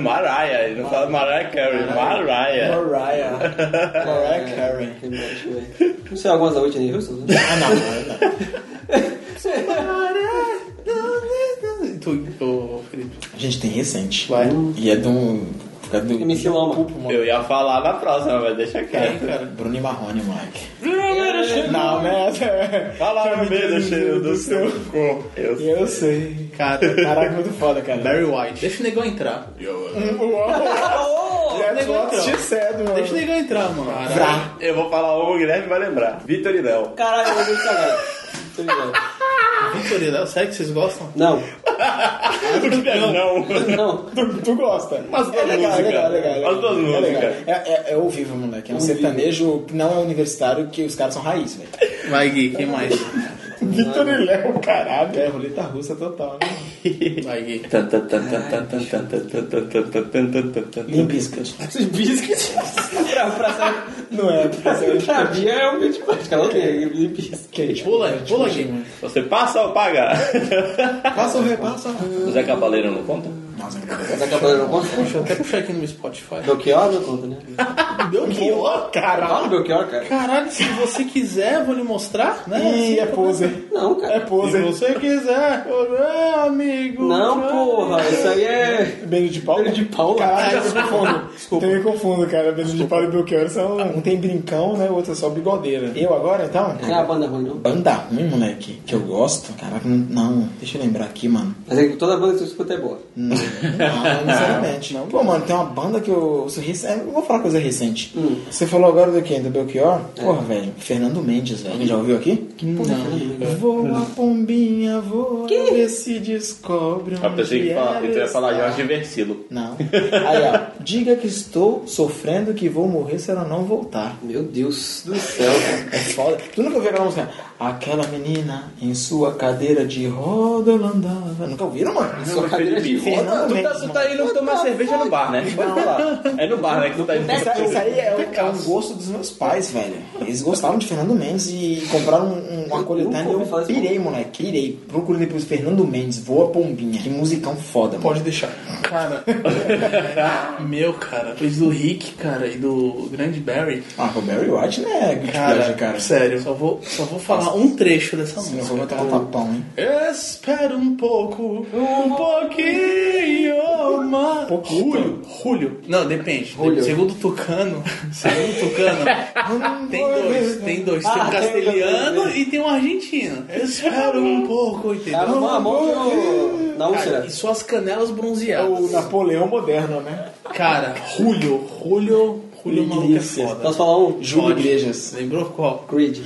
Speaker 3: Mariah, ele não fala Mariah Carey, Mariah.
Speaker 5: Mariah. Mariah Carey.
Speaker 9: Quem mais, deixa eu ver. Não sei, algumas da Whitney Houston? né?
Speaker 5: Ah, não, não, não.
Speaker 6: Tug, ô Felipe.
Speaker 5: Gente, tem recente.
Speaker 6: Vai.
Speaker 5: E é do... Por causa do...
Speaker 9: MC Loma.
Speaker 5: Pulpo, mano.
Speaker 3: Eu ia falar na próxima, mas deixa
Speaker 6: Quem,
Speaker 3: quieto.
Speaker 6: cara?
Speaker 5: Bruno e Marrone, moleque. Não, né?
Speaker 3: Fala no meio do cheiro do seu corpo. Eu sei.
Speaker 5: Eu sei.
Speaker 6: Cara,
Speaker 5: Caraca, muito foda, cara.
Speaker 6: Barry White. Deixa o negão entrar.
Speaker 5: That's
Speaker 6: legal,
Speaker 5: what she
Speaker 6: então.
Speaker 5: said, mano.
Speaker 6: Deixa o negão entrar, mano.
Speaker 5: Vrá.
Speaker 3: Eu vou falar um, o Guilherme vai lembrar. Vitorinão.
Speaker 9: Caralho, eu vou saber. Tô ligado.
Speaker 6: Vitorino, né? sério que vocês gostam?
Speaker 9: Não,
Speaker 3: Não.
Speaker 9: não.
Speaker 5: Tu, tu gosta?
Speaker 3: As duas
Speaker 5: é legal,
Speaker 3: músicas.
Speaker 5: legal, legal, legal.
Speaker 3: As duas
Speaker 5: É
Speaker 3: músicas.
Speaker 5: legal. É, é, é ao vivo, moleque. É um sertanejo que não é universitário, que os caras são raiz, velho.
Speaker 6: Vai, Gui, quem mais?
Speaker 5: Vitor e Léo, caralho. É roleta russa total, né?
Speaker 6: Vai, Gui.
Speaker 5: Nem biscuit. biscuit?
Speaker 9: Pra, pra saber.
Speaker 5: Não é, porque você
Speaker 9: Pra Bia é um vídeo prático. Ela odeia Limp Bizkit.
Speaker 6: Pula, pula, Gui.
Speaker 3: Você passa ou paga?
Speaker 5: Passa ou repassa?
Speaker 3: O Zé Cavaleiro não conta?
Speaker 5: Nossa,
Speaker 9: Mas a cabana não conta?
Speaker 6: Deixa eu até puxar aqui no meu Spotify.
Speaker 9: Belchior não conta, né?
Speaker 6: Belchior,
Speaker 9: Fala
Speaker 6: caralho.
Speaker 9: no Belchior, cara.
Speaker 6: Caralho, se você quiser, eu vou lhe mostrar, né?
Speaker 5: Ih, é poser.
Speaker 9: Não,
Speaker 5: É
Speaker 9: cara.
Speaker 6: Se
Speaker 5: poser.
Speaker 6: você quiser, ô, meu amigo.
Speaker 9: Não, porra. Isso aí é.
Speaker 5: Beijo de pau?
Speaker 9: Beijo de pau,
Speaker 5: Caralho, eu me
Speaker 6: Desculpa.
Speaker 5: confundo.
Speaker 6: Desculpa.
Speaker 5: Eu me confundo, cara. Beijo de pau e Belchior são... Um tem brincão, né? O outro é só bigodeira. Eu agora, então?
Speaker 9: Não é uma banda ruim, não.
Speaker 5: Banda ruim, moleque, que eu gosto. Caraca, não, não. Deixa eu lembrar aqui, mano.
Speaker 9: Mas é que toda banda que você escuta é boa.
Speaker 5: Não, não, necessariamente. Pô, mano, tem uma banda que eu. eu sou rec- é, eu vou falar coisa recente. Você falou agora do quê? Do Belchior? Porra, velho. Fernando Mendes, velho. Alguém já ouviu aqui? É. Não. Voa, pombinha, voa. Vê se descobre
Speaker 3: Eu
Speaker 5: onde
Speaker 3: Ah, pensei que fala-
Speaker 5: ela
Speaker 3: que tu ia falar
Speaker 5: está.
Speaker 3: Jorge Versilo.
Speaker 5: Não. Aí, ó. Diga que estou sofrendo que vou morrer se ela não voltar.
Speaker 9: Meu Deus do céu.
Speaker 5: É foda. Tu nunca ouviu aquela música? Aquela menina em sua cadeira de roda ela andava. Nunca ouviram, mano? Em sua
Speaker 9: cadeira de
Speaker 5: Fernando
Speaker 3: Tu tá,
Speaker 5: Mendes,
Speaker 3: tu
Speaker 5: mano.
Speaker 3: tá indo tomar cerveja no bar, né? É no bar, né? Que tu tá indo.
Speaker 5: Isso, isso aí é um, é um gosto dos meus pais, velho. Eles gostavam de Fernando Mendes e compraram um- um- uma coletânea e
Speaker 9: ouvi falar
Speaker 5: eu
Speaker 9: isso.
Speaker 5: pirei, moleque. Pirei. Procurei depois Fernando Mendes, Voa Pombinha. Que musicão foda, mano.
Speaker 6: Pode deixar. Cara, meu, cara. Depois do Rick, cara, e do Grande Barry.
Speaker 5: Ah, o Barry White, né? Good pleasure, cara.
Speaker 6: sério. Só vou, só vou falar um trecho dessa
Speaker 5: Se não
Speaker 6: música.
Speaker 5: for, eu vou tomar um tapão, hein?
Speaker 6: Espera um pouco, um pouquinho mais.
Speaker 5: Pouquinho.
Speaker 6: Julho, Julho. Não, depende.
Speaker 9: Julho.
Speaker 6: Segundo Tucano, segundo Tucano, tem dois, tem dois. Tem
Speaker 9: Ah,
Speaker 6: um
Speaker 9: tem
Speaker 6: castelhano
Speaker 9: dois,
Speaker 6: e tem um argentino. Espera um pouco,
Speaker 9: É a
Speaker 6: entendeu?
Speaker 9: mão, a mão que eu- na úlcera.
Speaker 4: né?
Speaker 6: Cara, e suas canelas
Speaker 5: É o
Speaker 6: bronzeadas.
Speaker 5: Napoleão moderno, né?
Speaker 6: Cara, Julho, Julho, Julho maluco é
Speaker 5: Iglesia.
Speaker 6: foda.
Speaker 9: Posso falar um?
Speaker 5: Júlio
Speaker 6: Pode.
Speaker 5: Igrejas.
Speaker 6: Lembrou qual?
Speaker 9: Creed.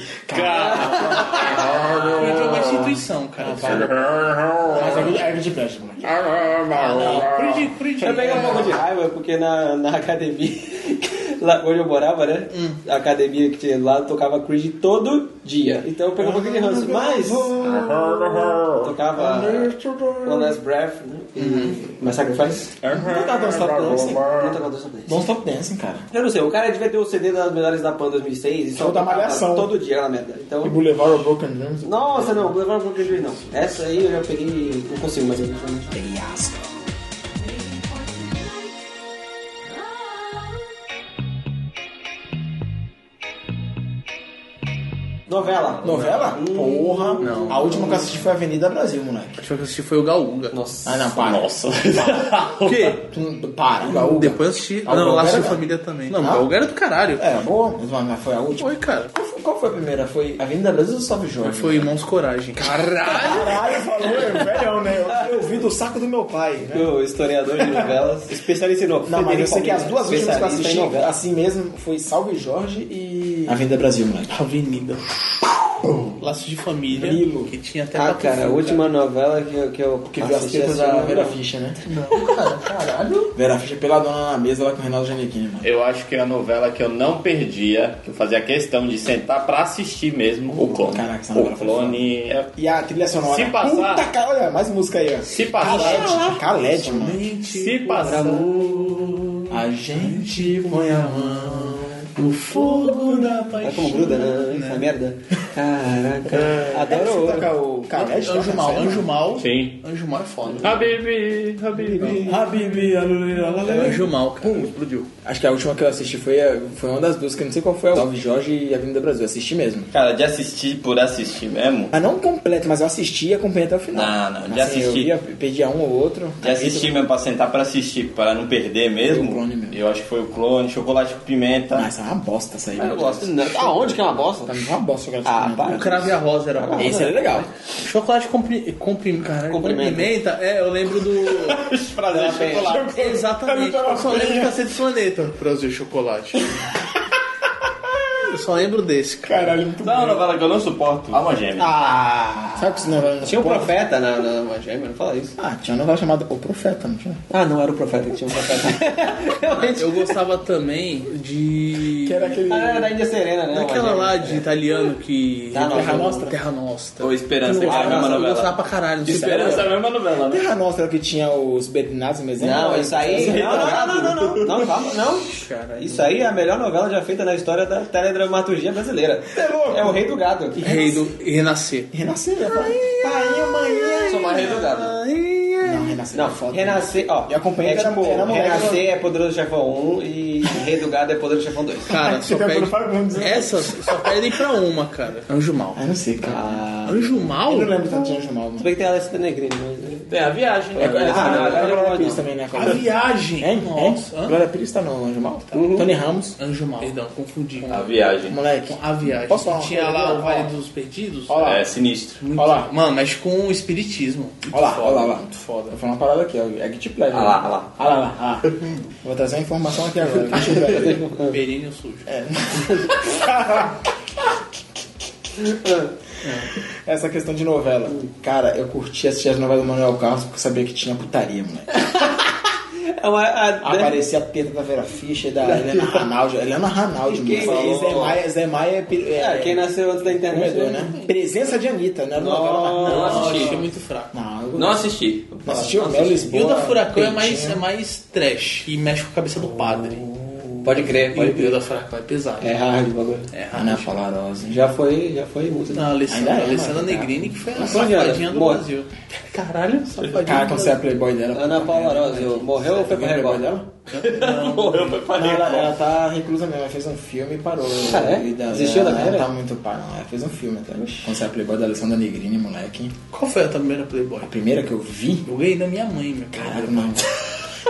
Speaker 6: Foi de uma instituição, cara.
Speaker 5: é Mas é good- é good pleasure, moleque.
Speaker 6: Ah, não. Creed, Creed.
Speaker 9: Eu peguei um pouco de raiva porque na, na academia
Speaker 4: lá onde eu morava, né?
Speaker 6: Hum.
Speaker 4: A academia que tinha lá tocava Creed todo dia. Então eu pegava um pouquinho de ranço. Mas tocava One Last Breath, né?
Speaker 6: Uhum.
Speaker 4: E My Sacrifice. Não tava dando stop dancing. Não tava dando stop dancing.
Speaker 5: Don't stop dancing, cara.
Speaker 4: Eu não sei, o cara devia ter o CD das melhores da PAN 2006 e só
Speaker 5: Ou da
Speaker 4: tocava
Speaker 5: Malhação.
Speaker 4: todo dia na merda. Então,
Speaker 5: E Boulevard of Broken Dreams.
Speaker 4: nossa, não, Boulevard Broken Dreams não. Essa aí eu já peguei, não consigo mais. Peguei Novela.
Speaker 5: Novela? Porra.
Speaker 6: Não.
Speaker 5: A última que eu assisti foi Avenida Brasil, moleque.
Speaker 6: última que eu assisti foi o Gaúga.
Speaker 4: Nossa.
Speaker 5: Ah, não, para. Nossa.
Speaker 6: O quê?
Speaker 5: para. Gaúga.
Speaker 6: Depois eu assisti.
Speaker 5: Ah, o
Speaker 6: não, eu
Speaker 5: Gaúga
Speaker 6: assisti
Speaker 5: era-
Speaker 6: Família também. Não,
Speaker 5: Ah?
Speaker 6: o Gaúga era do caralho.
Speaker 5: É, boa. Mas, mas foi a última.
Speaker 6: Foi, cara.
Speaker 5: Qual foi- Qual foi a primeira? Foi Avenida Brasil ou Salve Jorge?
Speaker 6: Foi Irmãos Coragem. Caralho!
Speaker 5: Caralho, falou, é velhão, né? Eu, eu vi do saco do meu pai, né?
Speaker 4: O historiador de novelas, especialista em novela.
Speaker 5: Não, mas eu sei que as duas últimas que eu
Speaker 4: Especialista
Speaker 5: assisti,
Speaker 4: em novela.
Speaker 5: assim mesmo, foi Salve Jorge e... Avenida Brasil, moleque.
Speaker 6: Avenida. Laços de família.
Speaker 5: Grilo.
Speaker 6: Que tinha até
Speaker 4: Ah,
Speaker 6: Pato
Speaker 4: cara, a
Speaker 6: Fu,
Speaker 4: última novela que eu, que eu
Speaker 5: Que viu as
Speaker 4: assisti
Speaker 5: tetas
Speaker 4: assim,
Speaker 5: da
Speaker 4: não.
Speaker 5: Vera Ficha, né? Não, cara, caralho. Vera Ficha é peladona na mesa lá com o Reinaldo Giannichini, mano.
Speaker 4: Eu acho que é a novela que eu não perdia, que eu fazia questão de sentar pra assistir mesmo o clone.
Speaker 5: Caraca, essa novela
Speaker 4: o
Speaker 5: foi
Speaker 4: clone é-
Speaker 5: E a trilha sonora.
Speaker 4: Se passar-
Speaker 5: Puta, cara, olha, mais música aí, ó.
Speaker 4: Se
Speaker 5: Caled,
Speaker 4: passar,
Speaker 5: Caled, mano.
Speaker 4: se passar,
Speaker 5: A gente põe a mão.
Speaker 6: O fogo da paixão.
Speaker 4: é como gruda, né? Essa merda.
Speaker 5: É,
Speaker 4: Caraca, adoro
Speaker 5: Você
Speaker 4: ouro.
Speaker 5: toca o Caled?
Speaker 6: Anjo mal, anjo mal.
Speaker 4: Sim.
Speaker 6: Anjo mal é foda.
Speaker 4: Habibi, Habibi.
Speaker 5: Habibi,
Speaker 6: É anjo mal, cara. Explodiu.
Speaker 5: Acho que a última que eu assisti foi, a- foi uma das duas, que eu não sei qual foi a Salve Jorge e Avenida Brasil. Eu assisti mesmo.
Speaker 4: Cara, de assistir por assistir mesmo,
Speaker 5: Mas não completo, mas eu assisti e acompanhei até o final.
Speaker 4: Não, não, Ah, já
Speaker 5: Assim,
Speaker 4: assisti.
Speaker 5: Eu ia, pedia um ou outro.
Speaker 4: de assistir mesmo pra sentar pra assistir, pra não perder mesmo,
Speaker 5: Foi o clone mesmo.
Speaker 4: eu acho que foi o clone, chocolate com pimenta.
Speaker 5: Ah, essa é uma bosta, essa aí.
Speaker 4: eu gosto. Aonde que é uma bosta?
Speaker 5: Tá me uma bosta, cara.
Speaker 4: Ah, para.
Speaker 6: O cravo e a rosa era bom.
Speaker 5: Esse é legal.
Speaker 6: Chocolate compri... compri... Caralho,
Speaker 4: Comprimento.
Speaker 6: comprimenta. É, eu lembro do...
Speaker 4: Prazer, chocolate.
Speaker 6: Exatamente. Eu só lembro de cacete planeta. Brasil chocolate. Eu só lembro desse, cara.
Speaker 4: Não, uma novela que eu não suporto. Alma Gêmea.
Speaker 5: Ah,
Speaker 4: Ah.
Speaker 5: Sabe que isso não era
Speaker 4: Tinha um profeta na, na Alma Gêmea, não fala isso.
Speaker 5: Ah, tinha um negócio chamado O Profeta, não tinha?
Speaker 4: Ah, não era o profeta que tinha um profeta.
Speaker 6: Eu gostava também de.
Speaker 5: aquele...
Speaker 4: ah, era da Índia Serena, né?
Speaker 6: Daquela
Speaker 4: Alma
Speaker 6: lá de italiano que.
Speaker 4: Tá, não,
Speaker 6: É. Terra
Speaker 4: não.
Speaker 6: Nostra. Terra Nostra.
Speaker 4: Ou
Speaker 6: Eu
Speaker 4: Esperança, que é a
Speaker 6: gostava,
Speaker 4: mesma
Speaker 6: eu
Speaker 4: novela.
Speaker 6: gostava pra caralho. não sei
Speaker 4: Gêmea. Esperança é a mesma novela, né?
Speaker 5: Terra Nostra que tinha os é Bernardos Mezenga?
Speaker 4: Não, isso aí. Não, não, não, não, não, não. Não, calma, não.
Speaker 6: se- Caralho.
Speaker 4: Isso aí é a melhor novela já feita na história da teledramaturgia brasileira. É o Rei do Gado.
Speaker 6: Rei do e Renascer.
Speaker 5: Renascer, né? Pai, amanhã...
Speaker 4: Sou mais Rei do Gado.
Speaker 5: Não, Renascer
Speaker 4: Não,
Speaker 5: é foda.
Speaker 4: Renascer, ó.
Speaker 5: E a companhia
Speaker 4: é
Speaker 5: era-
Speaker 4: tipo,
Speaker 5: era mulher.
Speaker 4: Renascer é Poderoso Chefão 1 e Rei do Gado é Poderoso Chefão 2.
Speaker 6: Cara, só
Speaker 5: pegou
Speaker 6: pede.
Speaker 5: no Fábio Gomes, né?
Speaker 6: Essas só pedem pra uma, cara. Anjo Mal.
Speaker 5: Ah, não sei, cara.
Speaker 6: Anjo Mal?
Speaker 5: Eu não lembro tanto de Anjo Mal, mano.
Speaker 4: Se bem que tem a Alessandra Negrini, mas...
Speaker 6: É a viagem.
Speaker 5: É,
Speaker 4: né?
Speaker 5: é,
Speaker 4: não,
Speaker 5: ah,
Speaker 4: não, não,
Speaker 5: Glória
Speaker 4: não.
Speaker 5: Pires também, né?
Speaker 6: A viagem.
Speaker 5: Hein?
Speaker 6: Nossa.
Speaker 5: Hein?
Speaker 6: É? hã?
Speaker 5: Glória Pires tá no Anjo Mal?
Speaker 4: Uhum.
Speaker 5: Tony Ramos.
Speaker 6: Anjo Mal. Perdão, confundi.
Speaker 4: A viagem.
Speaker 5: Moleque.
Speaker 6: Com a viagem.
Speaker 5: Posso falar uma
Speaker 6: Tinha
Speaker 5: coisa
Speaker 6: lá
Speaker 5: aqui?
Speaker 6: o Vale dos Perdidos.
Speaker 5: Ó lá,
Speaker 4: É sinistro.
Speaker 6: Muito-
Speaker 5: ó lá.
Speaker 6: Mano, mas com o espiritismo.
Speaker 5: ó lá, ó lá, ó lá.
Speaker 6: Muito foda.
Speaker 5: Vou falar uma parada aqui, ó. É que te pleasure.
Speaker 4: Ah lá, ah lá.
Speaker 5: Ó lá, ó lá, ó lá. Vou trazer uma informação aqui agora. É. Deixa eu ver.
Speaker 4: É.
Speaker 6: Períneo é sujo.
Speaker 5: Essa questão de novela. Cara, eu curti assistir as novelas do Manuel Carlos porque eu sabia que tinha putaria, moleque.
Speaker 4: É uma... a-
Speaker 5: Aparecia a teta da Vera Fischer, da Helena Ranaldi. Helena Ranaldi,
Speaker 4: Que
Speaker 5: mano.
Speaker 4: isso?
Speaker 5: Zé Maia, Zé Maia é, pi- é,
Speaker 4: É, quem nasceu antes da internet,
Speaker 5: comedor, né? Presença de Anitta, né? Novela.
Speaker 4: Não
Speaker 6: Nossa,
Speaker 4: assisti.
Speaker 6: achei muito fraco.
Speaker 5: Não, eu
Speaker 4: Não assisti.
Speaker 5: não assistiu o Mel Lisboa.
Speaker 6: E o da Furacão é mais,
Speaker 5: Peitinho.
Speaker 6: é mais trash e mexe com a cabeça do padre.
Speaker 5: Oh.
Speaker 4: Pode crer,
Speaker 6: E o da Furacão é pesado.
Speaker 5: É hard o bagulho.
Speaker 6: É hard.
Speaker 5: Ana Polarosa.
Speaker 4: Já foi, já foi música.
Speaker 6: Não, a
Speaker 5: Ainda
Speaker 6: Alessandra,
Speaker 5: é,
Speaker 6: a Alessandra
Speaker 5: mano,
Speaker 6: Negrini, que foi a
Speaker 4: quantos anos?
Speaker 6: safadinha do
Speaker 4: Boa.
Speaker 6: Brasil. Caralho, safadinha.
Speaker 5: Cara, quando você é playboy dela.
Speaker 4: Ana Paula Arósio, morreu ou foi pra
Speaker 5: Alguém é playboy
Speaker 4: Record?
Speaker 5: dela?
Speaker 4: Morreu, foi pra
Speaker 5: Não, ela, ela tá reclusa mesmo, ela fez um filme e parou.
Speaker 4: Ah, é?
Speaker 5: E dela-
Speaker 4: Desistiu da
Speaker 5: ela
Speaker 4: carreira?
Speaker 5: tá muito pá, não. Ela fez um filme até. Quando você é playboy da Alessandra Negrini, moleque.
Speaker 6: Qual foi a tua primeira Playboy?
Speaker 5: A primeira que eu vi.
Speaker 6: Eu ganhei da minha mãe, meu cara.
Speaker 5: Caralho, não.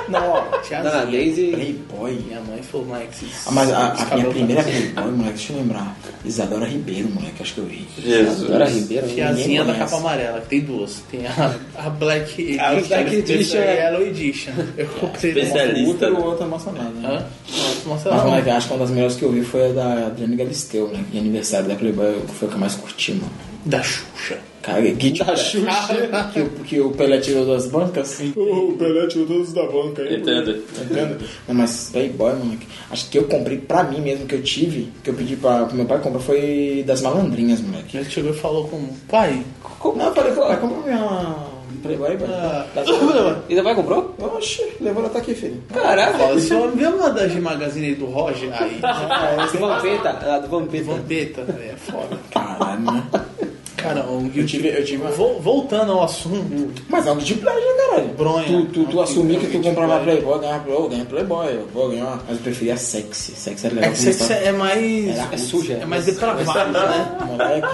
Speaker 5: Não, ó.
Speaker 4: Dona
Speaker 6: né?
Speaker 4: Daisy.
Speaker 5: Playboy.
Speaker 6: Minha mãe falou, Mike, esses-
Speaker 5: Ah, mas a,
Speaker 6: esses
Speaker 5: a minha
Speaker 6: cabelos
Speaker 5: primeira
Speaker 6: tá-
Speaker 5: Playboy, moleque, deixa eu lembrar. Isadora Ribeiro, moleque, acho que eu vi.
Speaker 4: Jesus.
Speaker 5: Isadora Ribeiro,
Speaker 4: né?
Speaker 5: ninguém
Speaker 6: Tiazinha da
Speaker 5: conhece.
Speaker 6: capa amarela, que tem duas. Tem a, a Black
Speaker 5: A Black Edition,
Speaker 6: e a
Speaker 5: é.
Speaker 6: Yellow Edition. Eu comprei
Speaker 4: Especialista.
Speaker 5: Outra, outra emocionada, né?
Speaker 6: Hã? Nossa, nossa,
Speaker 5: Mas,
Speaker 6: não.
Speaker 5: moleque, eu acho que uma das melhores que eu vi foi a da Adriana Galisteu, né? E aniversário da Playboy foi a que eu mais curti, mano.
Speaker 6: Da Xuxa.
Speaker 5: Cara, que da Xuxa que, o- que o Pelé tirou das bancas. Sim. O Pelé tirou todos da banca. aí,
Speaker 4: Entendo.
Speaker 5: Entendo. Não, mas Playboy, moleque. Acho que eu comprei pra mim mesmo que eu tive, que eu pedi pra, pro meu pai comprar, foi das malandrinhas, moleque.
Speaker 6: Ele chegou e falou com o pai.
Speaker 5: Não, eu falei, cara, compra uma Playboy, velho. Das malandrinhas.
Speaker 4: E vai comprou?
Speaker 5: Oxi, levou ela tá aqui, filho.
Speaker 6: Caraca, você viu uma da G Magazine aí do Roger? Aí, né?"
Speaker 9: Vampeta,
Speaker 4: Ah,
Speaker 9: a do Vampeta.
Speaker 6: Vampeta, é foda.
Speaker 5: Caralho, né?
Speaker 6: Cara, o
Speaker 5: Eu tive, eu tive uma...
Speaker 6: Vol- Voltando ao assunto,
Speaker 5: Mas é um de plágio, caralho.
Speaker 6: Bronha.
Speaker 5: Tu, tu, tu
Speaker 6: Ah,
Speaker 5: assumir
Speaker 6: que
Speaker 5: que tu
Speaker 6: de
Speaker 5: comprava
Speaker 6: Bronha.
Speaker 5: Playboy, ganhava Playboy, eu ganhei Playboy, eu vou ganhar. Mas eu preferia sexy. Sexy era legal.
Speaker 6: é que sexo é mais.
Speaker 5: Era
Speaker 6: É
Speaker 9: suja.
Speaker 6: É mais depravado, né?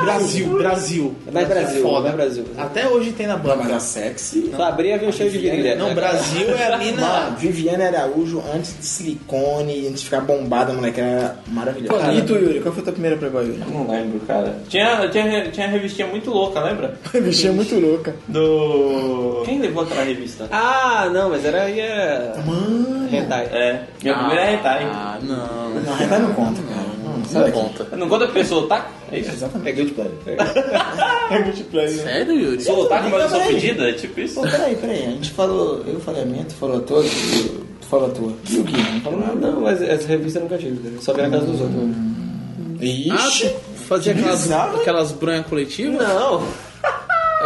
Speaker 6: Brasil, Brasil.
Speaker 9: É mais Brasil,
Speaker 6: foda.
Speaker 9: é mais Brasil.
Speaker 6: Até hoje tem na
Speaker 5: Não, mas
Speaker 6: banda.
Speaker 5: a é sexy.
Speaker 9: Fabrinha veio cheio de virilha.
Speaker 6: Não, Brasil é a
Speaker 5: Mano,
Speaker 6: mina.
Speaker 5: Viviane Araújo antes de silicone, antes de ficar bombada, moleque, era maravilhosa.
Speaker 4: Cara.
Speaker 5: e tu, Yuri? Qual foi a tua primeira Playboy, Yuri?
Speaker 4: Não lembro, cara. Tinha, tinha, tinha revistinha muito louca, lembra?
Speaker 5: Bichinha é muito louca.
Speaker 4: Do. Quem levou aquela revista?
Speaker 9: Ah, não, mas era aí é... Hentai.
Speaker 4: É. Minha primeira é Hentai.
Speaker 6: Não.
Speaker 5: Não, ainda não conta, cara. Não, sabe aqui?
Speaker 4: Não conta porque eu sou otaku? É isso?
Speaker 5: Exatamente. É good play.
Speaker 6: Sério, Yuri?
Speaker 4: Sou otaku, mas eu sou
Speaker 5: Peraí.
Speaker 4: pedida? É tipo isso?
Speaker 5: Pô, peraí, peraí. A gente falou... Eu falei a minha, tu falou a tua, tu tu falou a tua. E o Gui? Não falou nada.
Speaker 9: Não, mas essa revista eu nunca tive, cara. só vi na casa dos outros.
Speaker 5: Ixi!
Speaker 6: Fazia aquelas,
Speaker 5: Bizarro, hein?
Speaker 6: aquelas bronhas coletivas?
Speaker 9: Não!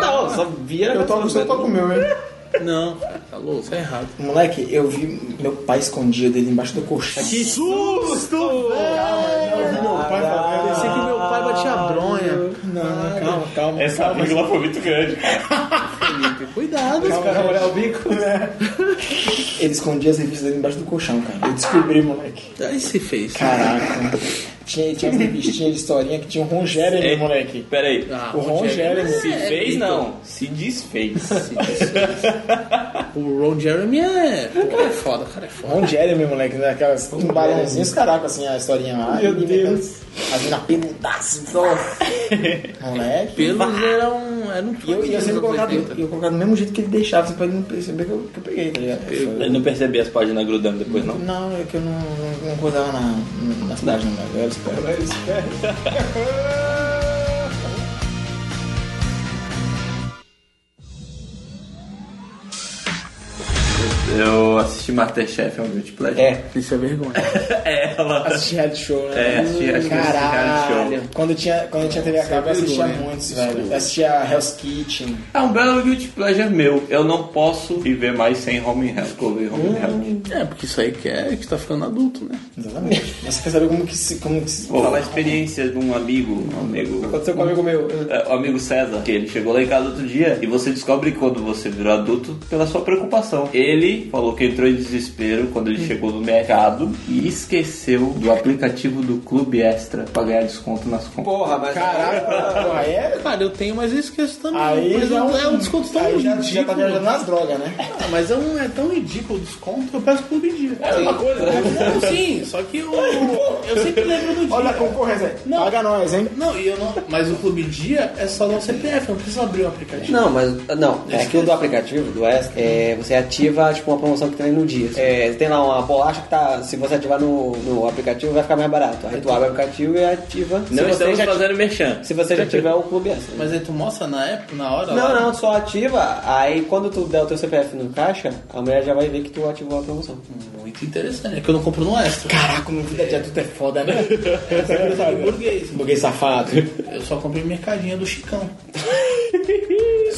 Speaker 9: Não, só via na casa dos outros.
Speaker 5: com o meu, hein?
Speaker 6: Não. Tá louco, isso é errado.
Speaker 5: Moleque, eu vi meu pai escondido ele embaixo do colchão.
Speaker 6: Que susto! Eu vi meu pai
Speaker 5: tá
Speaker 6: fazendo. Pensei que meu pai batia a bronha.
Speaker 5: Não, calma, calma.
Speaker 4: Essa vírgula foi muito grande, cara.
Speaker 6: Cuidado,
Speaker 5: Ele escondia as revistas dele embaixo do colchão, cara. Eu descobri, moleque.
Speaker 6: Aí se fez.
Speaker 5: Caraca. tinha, tinha umas revistinhas de historinha que tinha o Ron Jeremy,
Speaker 4: É.
Speaker 5: moleque.
Speaker 4: Pera aí.
Speaker 6: Ah,
Speaker 5: O Ron Jeremy.
Speaker 4: Se
Speaker 6: é,
Speaker 4: fez,
Speaker 6: então.
Speaker 4: não. Se desfez.
Speaker 6: O Ron Jeremy é. Pô, é foda, cara, é foda.
Speaker 5: Ron Jeremy, moleque, né? Aquelas um balãozinhos, caraca, assim, a historinha lá. Meu Deus. As minas peludaças, então. Moleque.
Speaker 6: Pelos era um. Era um
Speaker 5: E eu, e eu sempre colocava, eu, eu colocava do mesmo jeito que ele deixava, assim, pra ele não perceber que eu, que eu peguei, tá ligado?
Speaker 4: Eu não percebi as páginas grudando depois, não.
Speaker 5: Não, é que eu não, não, não rodava na, na cidade, não, velho. Eu era esperto.
Speaker 4: Eu assisti Masterchef, é um Guilty Pleasure.
Speaker 5: É,
Speaker 6: Isso é vergonha.
Speaker 4: É, ela.
Speaker 5: assisti reality show, né?
Speaker 4: É, assisti- assisti- assisti reality
Speaker 5: Caralho. Quando tinha, quando tinha TV a cabo, eu assistia
Speaker 6: vergonha.
Speaker 5: muitos, velho. Eu assistia Hell's Kitchen.
Speaker 4: É um belo Guilty Pleasure meu. Eu não posso viver mais sem Home and Health. Cover Home and Health.
Speaker 6: É, porque isso aí que é que tá ficando adulto, né?
Speaker 5: Exatamente. Mas você quer saber como que se... Como que se
Speaker 4: Vou falar a experiência de um amigo, um amigo...
Speaker 9: Aconteceu com um amigo meu.
Speaker 4: é, O amigo César, que ele chegou lá em casa outro dia e você descobre quando você virou adulto pela sua preocupação. Ele falou que entrou em desespero quando ele chegou no mercado e esqueceu do aplicativo do Clube Extra pra ganhar desconto nas compras.
Speaker 9: Porra, mas...
Speaker 5: Caraca, porra, aí é...
Speaker 6: Cara, eu tenho, mas eu esqueço também.
Speaker 5: Aí
Speaker 6: mas
Speaker 5: já
Speaker 6: é um,
Speaker 5: um-
Speaker 6: é um desconto tão
Speaker 5: Aí já,
Speaker 6: ridículo.
Speaker 5: já tá viajando nas drogas, né?
Speaker 6: Ah, mas é, um, é tão ridículo o desconto, eu peço por dia. É uma coisa. Não, sim, só que eu, eu sempre lembro do dia.
Speaker 5: Olha a concorrência aí.
Speaker 6: Não.
Speaker 5: Paga nós, hein?
Speaker 6: Não, e eu não. Mas o Clube Dia é só dar o CPF, eu não preciso abrir o aplicativo.
Speaker 9: Não, mas não. É aquilo do aplicativo, do Ask, é, você ativa tipo uma promoção que tem no dia. É, tem lá uma bolacha que tá. Se você ativar no, no aplicativo, vai ficar mais barato. Aí tu abre o aplicativo e ativa. se
Speaker 4: Não
Speaker 9: você
Speaker 4: estamos
Speaker 9: já,
Speaker 4: fazendo merchan.
Speaker 9: se você já tiver o clube Ask.
Speaker 6: Mas aí tu mostra na época, na hora?
Speaker 9: Não,
Speaker 6: lá?
Speaker 9: não, só ativa. Aí quando tu der o teu CPF no caixa, a mulher já vai ver que tu ativou a promoção.
Speaker 6: Muito interessante. É que eu não compro no extra. é
Speaker 5: Caraca, minha vida de adulto é foda, né?
Speaker 6: eu sou burguês.
Speaker 5: Buguei safado.
Speaker 6: Eu só comprei mercadinha do Chicão.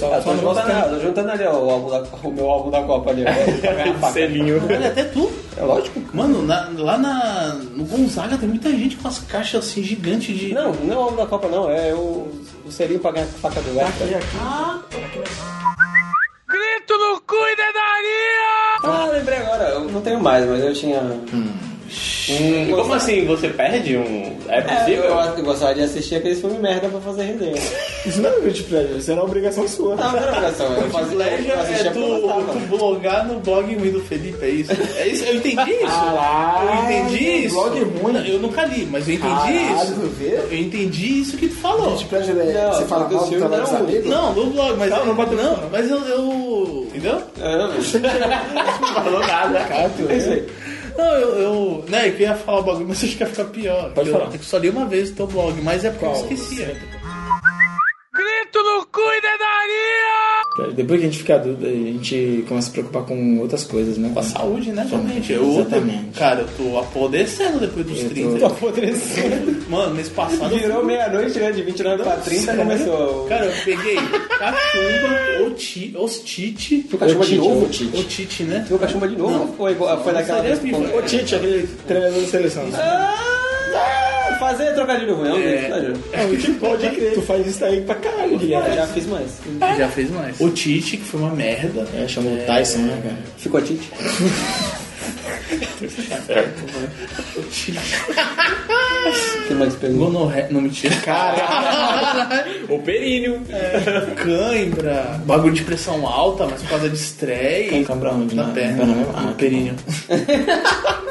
Speaker 9: Eu tô juntando, tô juntando ali ó, o, álbum da- o meu álbum da Copa ali. ó, pra ganhar a faca.
Speaker 6: Olha, até tu.
Speaker 9: É lógico.
Speaker 6: Mano, na- lá na, no Gonzaga tem muita gente com as caixas assim gigantes de.
Speaker 9: Não, não é o álbum da Copa não, é o, o selinho pra ganhar a faca do West.
Speaker 7: Grito no cu e dedaria!
Speaker 9: Ah, lembrei agora. Eu não tenho mais, mas eu tinha. um
Speaker 4: Hum, como assim? Você perde um... É
Speaker 9: É, eu,
Speaker 4: possível?
Speaker 9: eu gostaria de assistir aqueles filmes merda pra fazer resenha.
Speaker 5: Isso não é guilty pleasure, isso era uma obrigação sua.
Speaker 9: Não, não era obrigação. Eu
Speaker 4: Tipo,
Speaker 9: fazia
Speaker 6: Leja
Speaker 9: eu
Speaker 6: é
Speaker 9: assistia
Speaker 6: tu,
Speaker 9: porque eu gostava.
Speaker 6: tu blogar no blog ruim do Felipe, é isso? É isso? Eu entendi isso.
Speaker 5: Caralho,
Speaker 6: eu entendi isso.
Speaker 5: blog ruim.
Speaker 6: Não, Eu nunca li, mas eu entendi
Speaker 5: Caralho,
Speaker 6: isso.
Speaker 5: tu vê?
Speaker 6: Eu entendi isso que tu falou.
Speaker 5: Guilty pleasure é...
Speaker 9: Não,
Speaker 5: você fala
Speaker 9: porque o
Speaker 5: mal do
Speaker 9: filme
Speaker 5: trabalho dos
Speaker 9: não-
Speaker 5: amigos?
Speaker 6: Não, no blog, mas não, não, mas eu, eu- Entendeu? Não falou nada, cara. É Não, eu, eu. Né, eu ia falar o bagulho, mas acho que ia ficar pior.
Speaker 5: Pode
Speaker 6: eu,
Speaker 5: falar.
Speaker 6: eu só li uma vez o teu blog, mas é porque eu esquecia.
Speaker 7: Grito no cu e
Speaker 5: Depois que a gente fica adulto, a gente começa a se preocupar com outras coisas, né?
Speaker 6: Com a saúde, né, realmente. Eu,
Speaker 5: Exatamente.
Speaker 6: Cara, eu tô apodrecendo depois dos
Speaker 5: Eu
Speaker 6: 30.
Speaker 5: tô apodrecendo.
Speaker 6: Mano, mês passado. eu
Speaker 9: Virou meia-noite, né? De 29 pra 30 começou.
Speaker 6: Cara, eu peguei cachumba, oti- ostite.
Speaker 9: Foi cachumba de
Speaker 5: Otite,
Speaker 9: novo?
Speaker 5: otite.
Speaker 6: Otite, né?
Speaker 9: Foi cachumba de novo? Ou Foi, igual- foi naquela
Speaker 6: Estaria
Speaker 9: vez?
Speaker 6: vivo,
Speaker 9: que-
Speaker 6: né?
Speaker 5: Ô, Tite, aquele treinador da seleção.
Speaker 9: Ah, Fazer trocadilho ruim,
Speaker 6: É.
Speaker 9: é.
Speaker 5: Não, que pode crer. Tu faz isso aí pra caralho, né?
Speaker 9: Eu
Speaker 5: Guilherme.
Speaker 9: já fiz mais.
Speaker 6: Já fez mais. Otite, que foi uma merda.
Speaker 5: É, chamou o Tyson, né, cara?
Speaker 9: Ficou tite.
Speaker 6: Otite.
Speaker 9: Que mais pergunta?
Speaker 6: Gonorreia. Não, mentira.
Speaker 5: O períneo.
Speaker 6: É. Cãibra. Bagulho de pressão alta, mas por causa de estresse.
Speaker 5: Cãibra onde?
Speaker 6: Na
Speaker 5: Na-
Speaker 6: perna.
Speaker 5: na perna? Ah,
Speaker 6: No
Speaker 5: tá.
Speaker 6: períneo.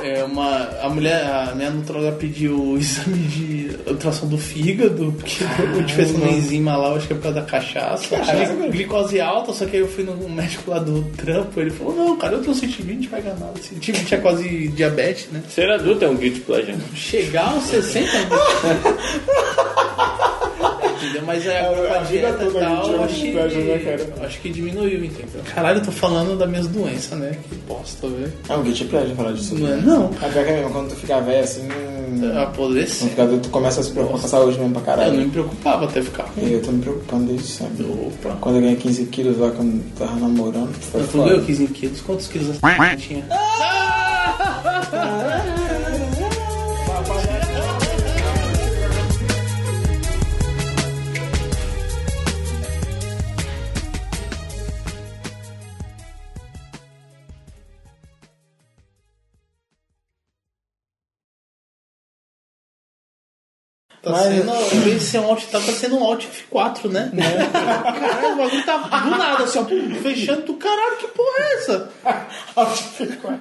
Speaker 6: É uma... A mulher... A minha nutróloga pediu o exame de ultrassom do fígado, porque eu tive essa enzima lá, eu acho que é por causa da cachaça. Gli- Glicose alta, só que aí eu fui no médico lá do trampo, ele falou, não, cara, eu um tô 120, não pega nada. 120 é quase diabetes, né?
Speaker 3: Ser adulto é um guilty pleasure.
Speaker 6: Chegar aos 60 anos. Entendeu? Mas aí agora com É, a é dieta e tal, eu acho, que, acho que diminuiu, entendeu? Caralho, eu tô falando das minhas doenças, né? Que bosta, velho.
Speaker 5: É um guilty pleasure falar disso.
Speaker 6: Não é não.
Speaker 5: A pior que é mesmo, quando tu fica velho assim, hum,
Speaker 6: Eu
Speaker 5: quando
Speaker 6: apodreci.
Speaker 5: fica adulto, tu começa a se preocupar com a saúde mesmo pra
Speaker 6: Eu não
Speaker 5: caralho.
Speaker 6: me preocupava até ficar ruim.
Speaker 5: Eu tô me preocupando desde sempre.
Speaker 6: Opa.
Speaker 5: Quando eu ganhei 15 quilos lá, quando eu tava namorando, foi
Speaker 6: Tu
Speaker 5: foda.
Speaker 6: ganhou 15 quilos? Quantos quilos essa tinha? Tá
Speaker 5: Mas-
Speaker 6: sendo, em vez de ser um Alt Tab, tá sendo um Alt F4, né? Caralho, o bagulho tá do nada, assim, ó, pum, fechando. tu, Caralho, que porra é essa? Alt F4.